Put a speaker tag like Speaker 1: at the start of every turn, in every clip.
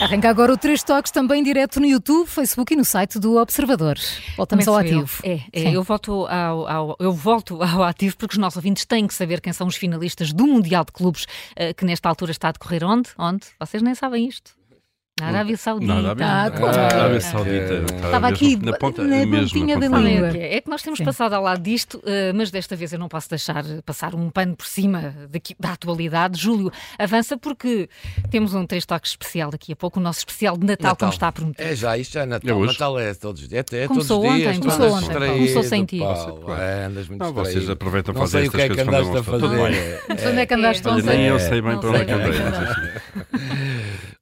Speaker 1: Arranca agora o Três Toques também direto no YouTube, Facebook e no site do Observador. Voltamos ao
Speaker 2: Começo eu.
Speaker 1: ativo.
Speaker 2: É, é,
Speaker 1: Sim.
Speaker 2: eu, volto ao, ao- eu volto ao ativo porque os nossos ouvintes têm que saber quem são os finalistas do Mundial de Clubes eh, que nesta altura está a decorrer onde? Onde? Vocês nem sabem isto. Na Arábia Saudita.
Speaker 3: Na Arábia,
Speaker 1: Ah, claro.
Speaker 3: na Arábia Saudita.
Speaker 1: Estava aqui
Speaker 3: na ponta,
Speaker 1: na
Speaker 3: mesmo,
Speaker 1: pontinha
Speaker 3: na
Speaker 1: da
Speaker 3: ponta
Speaker 1: língua.
Speaker 2: É que É É que nós temos
Speaker 1: Sim.
Speaker 2: passado ao lado disto, eh, mas desta vez eu não posso deixar passar um pano por cima daqui- da atualidade. Júlio, avança porque temos um três toques especial daqui a pouco, o nosso especial de Natal, como está prometido.
Speaker 4: É já, isto já é Natal.
Speaker 3: É hoje.
Speaker 4: Natal é todos os dias. É, é
Speaker 2: Começou
Speaker 4: todos os dias,
Speaker 2: ontem,
Speaker 4: tu
Speaker 2: começou
Speaker 4: andas
Speaker 2: ontem,
Speaker 4: distraído,
Speaker 2: começou sem ti.
Speaker 4: Paulo.
Speaker 3: Você, claro.
Speaker 4: É, andas muito
Speaker 3: Não, vocês
Speaker 4: distraído.
Speaker 3: aproveitam
Speaker 4: Não
Speaker 3: fazer
Speaker 4: sei o
Speaker 3: estas
Speaker 4: que é que
Speaker 3: coisas quando
Speaker 4: andaste a
Speaker 3: não
Speaker 4: fazer.
Speaker 1: Mas onde é que andaste
Speaker 3: Olha, nem eu
Speaker 4: É,
Speaker 3: sei bem
Speaker 2: não
Speaker 3: para
Speaker 2: sei
Speaker 3: onde é que
Speaker 2: bem.
Speaker 3: andei.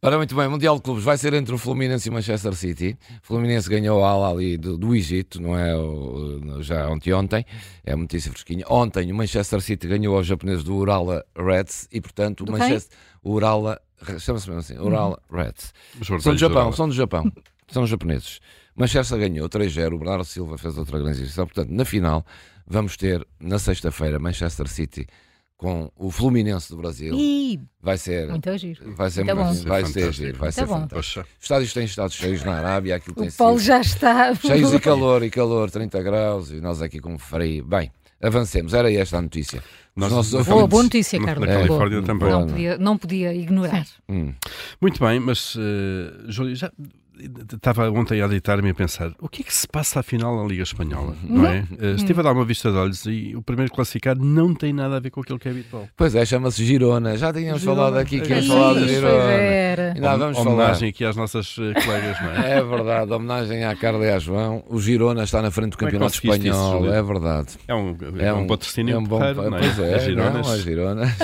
Speaker 4: Ora, muito bem, Mundial de Clubes vai ser entre o Fluminense e o Manchester City. O Fluminense ganhou a ala ali do, do Egito, não é? O- já ontem, ontem. É uma notícia fresquinha. Ontem o Manchester City ganhou aos japoneses do Urala Reds e, portanto,
Speaker 2: Do
Speaker 4: o
Speaker 2: quem?
Speaker 4: Manchester. o Urala. Chama-se mesmo assim, Urala Reds.
Speaker 3: Os orvalhos
Speaker 4: São do Japão,
Speaker 3: dourados.
Speaker 4: são do Japão. São japoneses. Manchester ganhou 3-0, o Bernardo Silva fez outra grande exibição. Portanto, na final, vamos ter, na sexta-feira, Manchester City com o Fluminense do Brasil.
Speaker 1: E
Speaker 4: Vai ser...
Speaker 3: assim.
Speaker 1: muito giro.
Speaker 4: Vai ser
Speaker 1: Muito
Speaker 4: muito
Speaker 1: Tá bom.
Speaker 4: giro, vai ser
Speaker 3: Fantástico.
Speaker 4: giro, vai
Speaker 3: Muito
Speaker 4: ser
Speaker 1: bom.
Speaker 4: fantástico.
Speaker 3: Poxa,
Speaker 4: Os estádios têm estado cheios na Arábia, aquilo tem
Speaker 1: O Paulo
Speaker 4: sido
Speaker 1: já está.
Speaker 4: cheios de calor e calor, 30 graus, e nós aqui com frio. Bem, avancemos, era esta a notícia. Os
Speaker 3: Nós-
Speaker 4: nossos
Speaker 1: Boa,
Speaker 4: ouvintes-
Speaker 1: boa notícia,
Speaker 3: na,
Speaker 1: Carlos.
Speaker 3: na
Speaker 4: É,
Speaker 3: Califórnia
Speaker 4: bom.
Speaker 3: também.
Speaker 2: Não
Speaker 4: Bom.
Speaker 2: podia, não podia ignorar.
Speaker 4: Hum.
Speaker 3: Muito bem, mas eh, Júlio, já estava ontem a deitar-me a pensar o que é que se passa afinal na Liga Espanhola,
Speaker 1: Uhum.
Speaker 3: não é? Eh, estive a dar uma vista de olhos e o primeiro classificado não tem nada a ver com aquilo que é habitual.
Speaker 4: Pois é, chama-se Girona. Já tínhamos
Speaker 3: Girona.
Speaker 4: falado aqui que íamos
Speaker 3: Ih,
Speaker 1: é,
Speaker 4: falar de
Speaker 3: pois
Speaker 4: Girona.
Speaker 1: era.
Speaker 4: Ainda vamos
Speaker 3: Hom-
Speaker 4: falar.
Speaker 3: Homenagem aqui às nossas eh, colegas, não é?
Speaker 4: É verdade, homenagem à Carla e à João. O Girona está na frente do
Speaker 3: Como é que
Speaker 4: campeonato
Speaker 3: conseguiste isso,
Speaker 4: espanhol,
Speaker 3: Júlio?
Speaker 4: é verdade.
Speaker 3: É um, é um patrocínio
Speaker 4: é um bom
Speaker 3: porreiro, não é?
Speaker 4: Pois é,
Speaker 3: As Gironas,
Speaker 4: não, é Girona.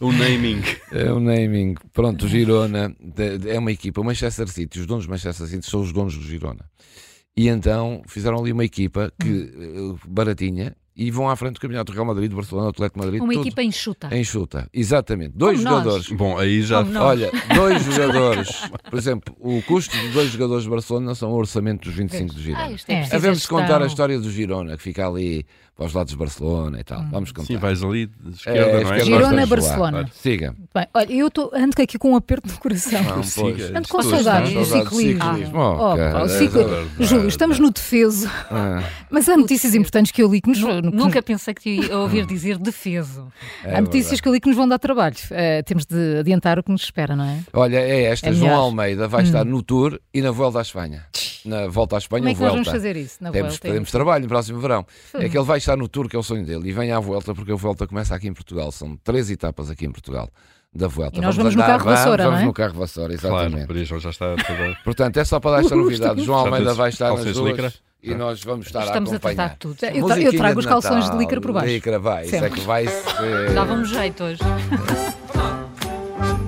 Speaker 3: o naming.
Speaker 4: É o naming. Pronto, o Girona de- de- é uma equipa. O Manchester City, os donos do Manchester City são os donos do Girona. E então fizeram ali uma equipa que, eh, baratinha e vão à frente do Campeonato do Real Madrid, do Barcelona, do Atlético de Madrid.
Speaker 2: Uma
Speaker 4: tudo
Speaker 2: equipa enxuta.
Speaker 4: em chuta. Exatamente. Dois
Speaker 2: Como nós.
Speaker 4: jogadores.
Speaker 3: Bom, aí já
Speaker 2: Como nós.
Speaker 4: Olha, dois jogadores. Por exemplo, o custo de dois jogadores do Barcelona são o orçamento dos 25 do
Speaker 2: Ah,
Speaker 4: Girona.
Speaker 2: isto é
Speaker 1: É.
Speaker 2: preciso
Speaker 4: Havemos de
Speaker 2: gestão.
Speaker 4: contar a história do Girona, que fica ali para os lados de Barcelona e tal. Vamos contar.
Speaker 3: Sim, vais ali de esquerda,
Speaker 4: tá. É,
Speaker 3: não é?
Speaker 4: esquerda.
Speaker 1: Hum. Girona,
Speaker 4: Nós vamos lá.
Speaker 1: Barcelona.
Speaker 4: Siga.
Speaker 1: Bem, olha, eu tô, ando aqui com um aperto no coração.
Speaker 4: Não, pois.
Speaker 3: Siga.
Speaker 1: Ando com
Speaker 3: Estou-
Speaker 1: saudades do
Speaker 3: estou-
Speaker 4: Saudades de
Speaker 1: ciclismo.
Speaker 4: ciclismo.
Speaker 1: Oh, pá,
Speaker 4: Oh,
Speaker 1: o
Speaker 4: cara,
Speaker 1: ciclo-
Speaker 4: é verdade.
Speaker 1: Júlio, estamos no defeso,
Speaker 4: Ah.
Speaker 1: mas há notícias importantes que eu li que nos, no- um que nos-
Speaker 2: Nunca pensei que ia ouvir dizer defeso.
Speaker 4: É
Speaker 1: há notícias que eu li que nos vão dar trabalho. Eh, temos de adiantar o que nos espera, não é?
Speaker 4: Olha, é esta.
Speaker 1: É
Speaker 4: João
Speaker 1: melhor. Hum.
Speaker 4: Almeida vai estar no Tour e na Vuelta à Espanha. Na Volta à Espanha,
Speaker 1: Como é que nós vamos
Speaker 4: Vuelta.
Speaker 1: fazer isso na
Speaker 4: Temos,
Speaker 1: Vuelta? Hum.
Speaker 4: temos trabalho no próximo verão. É que ele vai estar no Tour, que é o sonho dele, e vem à Vuelta, porque a Vuelta começa aqui em Portugal. São três etapas aqui em Portugal da Vuelta.
Speaker 1: E nós vamos no carro
Speaker 4: vamos,
Speaker 1: vassoura,
Speaker 4: Vamos
Speaker 1: não é?
Speaker 4: no carro vassoura,
Speaker 3: Claro,
Speaker 4: exatamente.
Speaker 3: por isso já está a trabalhar.
Speaker 4: Portanto, é só para dar esta
Speaker 1: Ui,
Speaker 4: novidade. João
Speaker 3: Já
Speaker 4: Almeida
Speaker 3: tens
Speaker 4: vai estar nas
Speaker 3: calções de lycra?
Speaker 4: duas e nós vamos estar
Speaker 2: Estamos
Speaker 4: a
Speaker 2: a
Speaker 4: Tá, acompanhar.
Speaker 2: tratar tudo.
Speaker 1: Eu, tra- eu
Speaker 4: Musiquinha
Speaker 1: trago os
Speaker 4: de
Speaker 1: calções de
Speaker 4: Natal.
Speaker 1: licra por baixo.
Speaker 4: Lycra, vai. Isso é
Speaker 1: Sempre.
Speaker 4: que eh, vai ser.
Speaker 2: Dávamos um jeito hoje.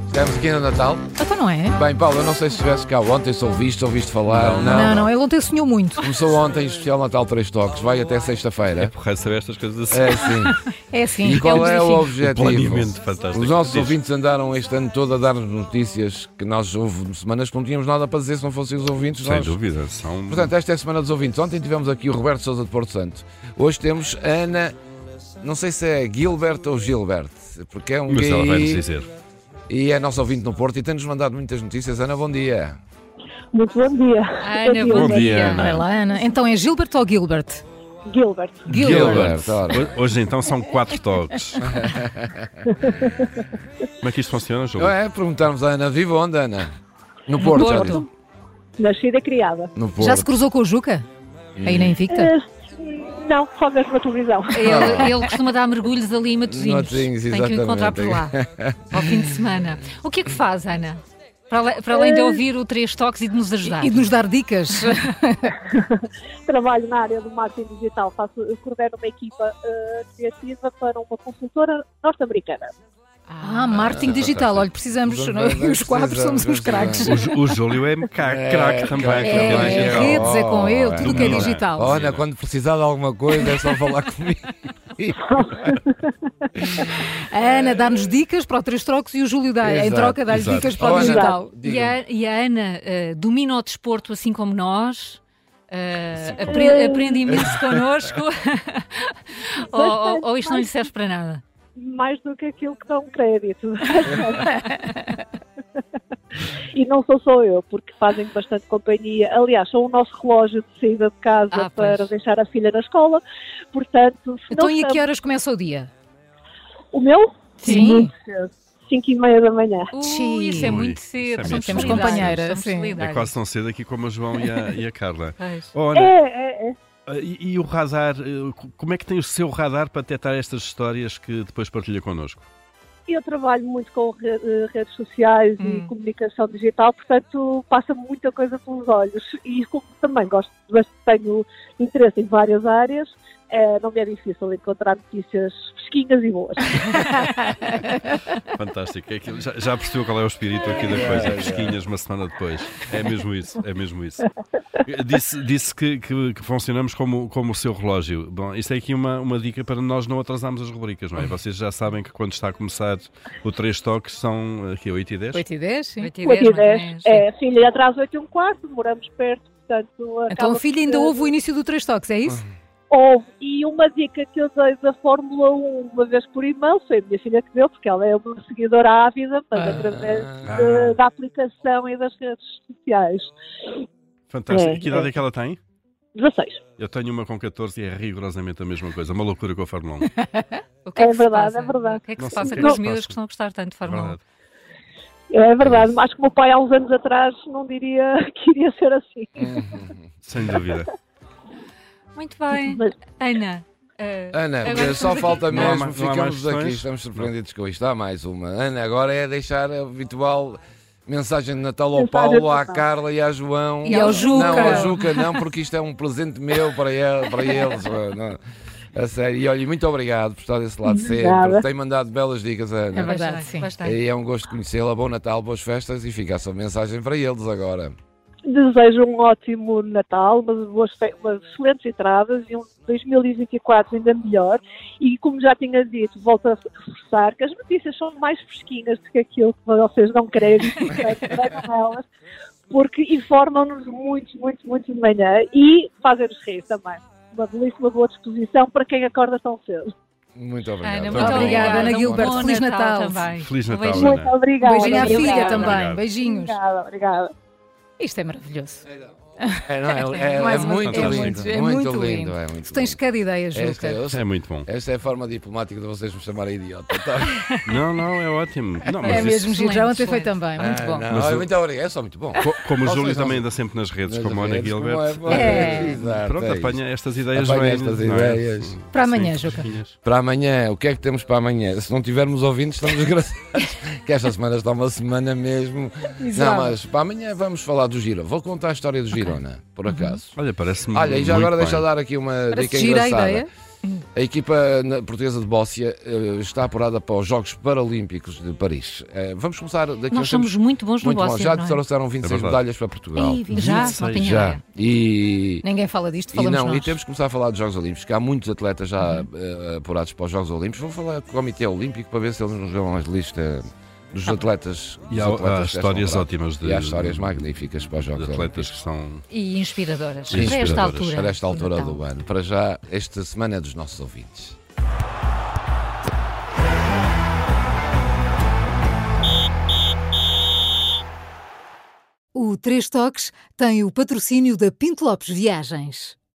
Speaker 4: Estamos aqui no Natal.
Speaker 1: Então não é?
Speaker 4: Bem, Paulo, eu não sei se estivesse cá ontem, se ouviste, se ouviste falar.
Speaker 1: Não, não, ele ontem sonhou muito.
Speaker 4: Começou ontem o especial Natal 3 Toques, vai até
Speaker 3: É
Speaker 4: sexta-feira.
Speaker 3: porra saber estas coisas assim.
Speaker 4: É sim.
Speaker 1: É assim.
Speaker 4: E qual
Speaker 1: um
Speaker 4: é o
Speaker 1: desafio.
Speaker 4: objetivo?
Speaker 3: planeamento fantástico.
Speaker 4: Os nossos
Speaker 3: Diz.
Speaker 4: ouvintes andaram este ano todo a dar-nos notícias que nós houve semanas que não tínhamos nada para dizer se não fossem os ouvintes.
Speaker 3: Sem
Speaker 4: nós.
Speaker 3: dúvida, são.
Speaker 4: Portanto, esta é a semana dos ouvintes. Ontem tivemos aqui o Roberto Sousa de Porto Santo. Hoje temos a Ana, não sei se é Gilbert ou Gilbert, porque é um
Speaker 3: mas ela vai nos
Speaker 4: gay
Speaker 3: dizer.
Speaker 4: e é nosso ouvinte no Porto e tem-nos mandado muitas notícias. Ana, bom dia.
Speaker 5: Muito bom dia.
Speaker 2: Ana,
Speaker 5: Aqui,
Speaker 2: bom
Speaker 3: Bom dia,
Speaker 2: Ana.
Speaker 1: Olha
Speaker 3: Ana.
Speaker 1: lá, Ana. Então é Gilbert ou Gilbert?
Speaker 5: Gilbert.
Speaker 3: Gilbert.
Speaker 4: ora.
Speaker 3: Ho- Hoje então são quatro toques. Como é que isto funciona, Júlio?
Speaker 4: É, perguntarmos à Ana, viva onde, Ana? No Porto. já
Speaker 1: Porto.
Speaker 4: disse.
Speaker 5: Nascida e criada.
Speaker 4: No Porto.
Speaker 1: Já se cruzou com o Juca? Aí na é Invicta?
Speaker 5: Eh, não, só mesmo a televisão.
Speaker 2: Ele, ele costuma dar mergulhos ali em Matosinhos.
Speaker 4: Matosinhos,
Speaker 2: Tem que o encontrar por lá, ao fim de semana. O que é que faz, Ana? Para, ale- para além de ouvir o Três Toques e de nos ajudar.
Speaker 1: Eh, E de nos dar dicas?
Speaker 5: Trabalho na área do marketing digital. Faço, coordeno uma equipa eh, criativa para uma consultora norte-americana.
Speaker 1: Ah, marketing digital. Olha, precisamos, não é? os quatro somos uns craques.
Speaker 4: Precisamos.
Speaker 3: O, o Júlio é craque craque também. que
Speaker 4: craque
Speaker 1: É,
Speaker 4: também.
Speaker 3: é
Speaker 1: é
Speaker 3: digital.
Speaker 1: redes, é com ele,
Speaker 4: Oh,
Speaker 1: tudo que é
Speaker 3: não.
Speaker 1: digital.
Speaker 4: Olha, quando precisar de alguma coisa é só falar comigo.
Speaker 1: A Ana dá-nos dicas para o Três Trocos e o Júlio dá, em
Speaker 4: Exato,
Speaker 1: troca dá-lhe
Speaker 3: exato.
Speaker 1: dicas para o
Speaker 4: Olha,
Speaker 1: digital.
Speaker 2: E
Speaker 4: diga-me.
Speaker 2: a, e a Ana eh, domina o desporto assim como nós. eh, apre-
Speaker 5: como-
Speaker 2: aprende imenso connosco ou, ou- ou isto não lhe serve para nada?
Speaker 5: mais do que aquilo que dão crédito. e não sou só eu, porque fazem bastante companhia. Aliás, são o nosso relógio de saída de casa
Speaker 2: Ah, pois.
Speaker 5: para deixar a filha na escola. Portanto, se
Speaker 1: Então,
Speaker 5: não
Speaker 1: e a que
Speaker 5: estamos-
Speaker 1: horas começa o dia?
Speaker 5: o meu?
Speaker 1: Sim.
Speaker 5: Muito cedo. Cinco e meia da manhã.
Speaker 1: Sim.
Speaker 2: Ui, isso é
Speaker 3: Ui,
Speaker 2: muito
Speaker 3: isso é
Speaker 2: cedo.
Speaker 3: muito
Speaker 2: somos
Speaker 3: cedo. Temos
Speaker 2: solidários,
Speaker 1: companheira,
Speaker 2: somos
Speaker 1: sim.
Speaker 2: solidários.
Speaker 3: É quase tão cedo aqui como a João e a, e a Carla.
Speaker 2: Pois.
Speaker 3: Oh,
Speaker 5: É,
Speaker 3: Ana,
Speaker 5: é, é.
Speaker 3: e, e o radar? eh, co- Como é que tem o seu radar para detectar estas histórias que depois partilha connosco?
Speaker 5: Eu trabalho muito com re- eh, redes sociais
Speaker 2: Hum.
Speaker 5: e comunicação digital, portanto, passa muita coisa pelos olhos. E como também gosto, mas tenho interesse em várias áreas, eh, não me é difícil encontrar notícias fresquinhas e boas.
Speaker 3: Fantástico. É aquilo- já, já percebeu qual é o espírito aqui da
Speaker 4: é,
Speaker 3: coisa? Pesquinhas uma semana depois. É mesmo isso, é mesmo isso. Disse, disse que, que- que funcionamos como, como o seu relógio. Bom, isto é aqui uma, uma dica para nós não atrasarmos as rubricas, não é? Vocês já sabem que quando está a começar o 3 toques são aqui 8 e 10.
Speaker 1: 8 e 10, sim.
Speaker 2: Oito e
Speaker 5: Oito
Speaker 2: dez, mais
Speaker 5: e
Speaker 2: ou
Speaker 5: dez.
Speaker 2: menos.
Speaker 5: É, filha, atrás 8 e um quarto, moramos perto, portanto...
Speaker 1: Então,
Speaker 5: acaba
Speaker 1: o filho ainda
Speaker 5: por ser-
Speaker 1: ouve o início do Três Toques, é isso?
Speaker 5: Houve. E uma dica que eu dei da Fórmula 1 uma vez por e-mail, foi a minha filha que deu, porque ela é uma seguidora ávida, mas
Speaker 1: Ah.
Speaker 5: através
Speaker 4: Ah,
Speaker 5: de- da aplicação e das redes sociais.
Speaker 3: Fantástico.
Speaker 5: É,
Speaker 3: que idade
Speaker 5: é.
Speaker 3: é que ela tem?
Speaker 5: 16.
Speaker 3: Eu tenho uma com 14 e é rigorosamente a mesma coisa. Uma loucura com a Fórmula 1.
Speaker 2: O que é,
Speaker 5: É
Speaker 2: que se
Speaker 5: verdade,
Speaker 2: passa?
Speaker 5: é verdade.
Speaker 2: O que é que
Speaker 3: Não
Speaker 2: se
Speaker 3: sei o
Speaker 2: passa
Speaker 3: que é
Speaker 2: com
Speaker 3: que
Speaker 2: as
Speaker 3: se
Speaker 2: miúdas
Speaker 3: passa.
Speaker 2: que estão a gostar tanto de Fórmula 1?
Speaker 3: Verdade.
Speaker 5: É verdade, acho que o meu pai há uns anos atrás não diria que iria ser assim.
Speaker 3: Sem dúvida.
Speaker 2: um? Muito bem.
Speaker 5: Mas-
Speaker 2: Ana, eh,
Speaker 4: Ana,
Speaker 2: Agora
Speaker 4: só
Speaker 2: estamos
Speaker 4: falta
Speaker 3: Não há
Speaker 4: mesmo,
Speaker 3: mais- não há mais
Speaker 4: ficamos aqui,
Speaker 3: questões?
Speaker 4: estamos surpreendidos com isto. Há mais uma. Ana, agora é deixar a habitual mensagem de Natal ao
Speaker 5: Mensagem de
Speaker 4: Paulo, à
Speaker 5: Natal.
Speaker 4: Carla e à João.
Speaker 1: E ao Juca.
Speaker 4: Não, ao Juca não, porque isto é um presente meu para, ele, para eles. não. é? A sério. E olha, e muito obrigado por estar desse lado sempre.
Speaker 5: Nada.
Speaker 4: Tem mandado belas dicas,
Speaker 1: É
Speaker 4: Ana.
Speaker 1: verdade,
Speaker 2: bastante,
Speaker 1: sim.
Speaker 2: bastante.
Speaker 4: E é um gosto conhecê-la. Bom Natal, boas festas e fica a sua mensagem para eles agora.
Speaker 5: Desejo um ótimo Natal, umas, boas fe- umas excelentes entradas e um 2024 ainda melhor. E como já tinha dito, volto a reforçar que as notícias são mais fresquinhas do que aquilo que vocês não querem, portanto, vejam elas, porque informam-nos muito, muito, muito de manhã e fazem-nos rir também. Uma belíssima boa disposição para quem acorda tão cedo.
Speaker 4: Muito obrigado.
Speaker 2: Ana,
Speaker 4: Tá
Speaker 2: muito
Speaker 4: bom.
Speaker 1: obrigada, Ana
Speaker 2: Um
Speaker 1: Gilberto.
Speaker 2: bom
Speaker 1: Feliz Natal.
Speaker 2: também.
Speaker 3: Feliz
Speaker 2: Um
Speaker 3: Natal,
Speaker 2: beijinho.
Speaker 5: Muito
Speaker 3: Ana.
Speaker 5: obrigada.
Speaker 1: Beijinho à
Speaker 5: obrigada.
Speaker 1: filha também,
Speaker 3: Obrigado.
Speaker 1: beijinhos.
Speaker 5: Obrigada, obrigada.
Speaker 1: Isto é maravilhoso.
Speaker 4: É, não, é, é-
Speaker 1: Mais
Speaker 4: é
Speaker 1: uma
Speaker 4: muito,
Speaker 3: vez.
Speaker 4: lindo,
Speaker 1: É
Speaker 4: muito
Speaker 1: muito
Speaker 4: lindo.
Speaker 1: lindo.
Speaker 4: é muito
Speaker 1: Tu tens
Speaker 4: lindo.
Speaker 1: cada ideia,
Speaker 4: Esta,
Speaker 1: Juca.
Speaker 3: É muito bom.
Speaker 4: esta é a forma diplomática de vocês me chamarem idiota. tá?
Speaker 3: Não, não, é ótimo. Não, mas
Speaker 1: É
Speaker 3: isso-
Speaker 1: mesmo, Gil, já ontem
Speaker 2: excelente,
Speaker 1: foi também, muito
Speaker 4: Ah,
Speaker 1: bom.
Speaker 4: não,
Speaker 3: Mas
Speaker 4: olha,
Speaker 3: eu-
Speaker 4: muito obrigado, é só muito bom.
Speaker 3: Co- Como o
Speaker 4: Vocês
Speaker 3: Júlio
Speaker 4: não
Speaker 3: também
Speaker 4: são-
Speaker 3: anda sempre nas redes,
Speaker 4: Mas
Speaker 3: como a Ana
Speaker 4: redes, como
Speaker 3: Gilbert.
Speaker 4: é,
Speaker 1: É.
Speaker 4: Exato,
Speaker 3: Pronto,
Speaker 4: é isso.
Speaker 3: apanha estas ideias
Speaker 4: Apanha
Speaker 3: bem.
Speaker 4: estas
Speaker 3: não é?
Speaker 4: ideias.
Speaker 3: Sim,
Speaker 1: Para amanhã,
Speaker 3: sim,
Speaker 1: Juca.
Speaker 3: fresquinhas.
Speaker 4: Para amanhã, o que é que temos para amanhã? Se não tivermos ouvintes, estamos desgraçados. que esta semana está uma semana mesmo. Não, mas para amanhã vamos falar do Girona. Vou contar a história do Girona, por acaso.
Speaker 3: Olha, parece-me.
Speaker 4: Olha, e já
Speaker 3: Hum, muito
Speaker 4: agora
Speaker 3: bem.
Speaker 4: deixa eu dar aqui uma
Speaker 1: Uhum. Parece
Speaker 4: dica
Speaker 1: gira a
Speaker 4: engraçada.
Speaker 1: ideia.
Speaker 4: A equipa na- portuguesa de Bóssia eh, está apurada para os Jogos Paralímpicos de Paris. Eh, Vamos começar daqui
Speaker 2: Nós somos muito bons no
Speaker 4: muito bom.
Speaker 2: Bóssia,
Speaker 4: Já
Speaker 2: não é?
Speaker 4: trouxeram 26
Speaker 3: É verdade.
Speaker 4: medalhas para Portugal.
Speaker 2: Ei, já? Não
Speaker 3: 26,
Speaker 2: tinha
Speaker 4: já.
Speaker 2: ideia.
Speaker 4: E,
Speaker 1: Ninguém fala disto,
Speaker 4: e
Speaker 1: falamos
Speaker 4: não,
Speaker 1: nós.
Speaker 4: e temos que começar a falar dos Jogos Olímpicos, que há muitos atletas já
Speaker 2: Uhum.
Speaker 4: eh, apurados para os Jogos Olímpicos. Vou falar com o Comitê Olímpico para ver se eles nos dão a lista
Speaker 2: Tá
Speaker 4: dos atletas.
Speaker 3: E
Speaker 4: dos
Speaker 3: há- há,
Speaker 4: atletas que já estão
Speaker 3: histórias
Speaker 4: apurados.
Speaker 3: ótimas de,
Speaker 4: E há histórias magníficas para os
Speaker 3: de
Speaker 4: Jogos
Speaker 3: atletas
Speaker 4: Olímpicos.
Speaker 3: que são.
Speaker 2: E inspiradoras.
Speaker 3: E
Speaker 2: Para esta
Speaker 3: inspiradoras.
Speaker 2: altura.
Speaker 4: Para esta altura
Speaker 2: Natal.
Speaker 4: do ano. Para já, esta semana é dos nossos ouvintes.
Speaker 1: O Três Toques tem o patrocínio da Pinto Lopes Viagens.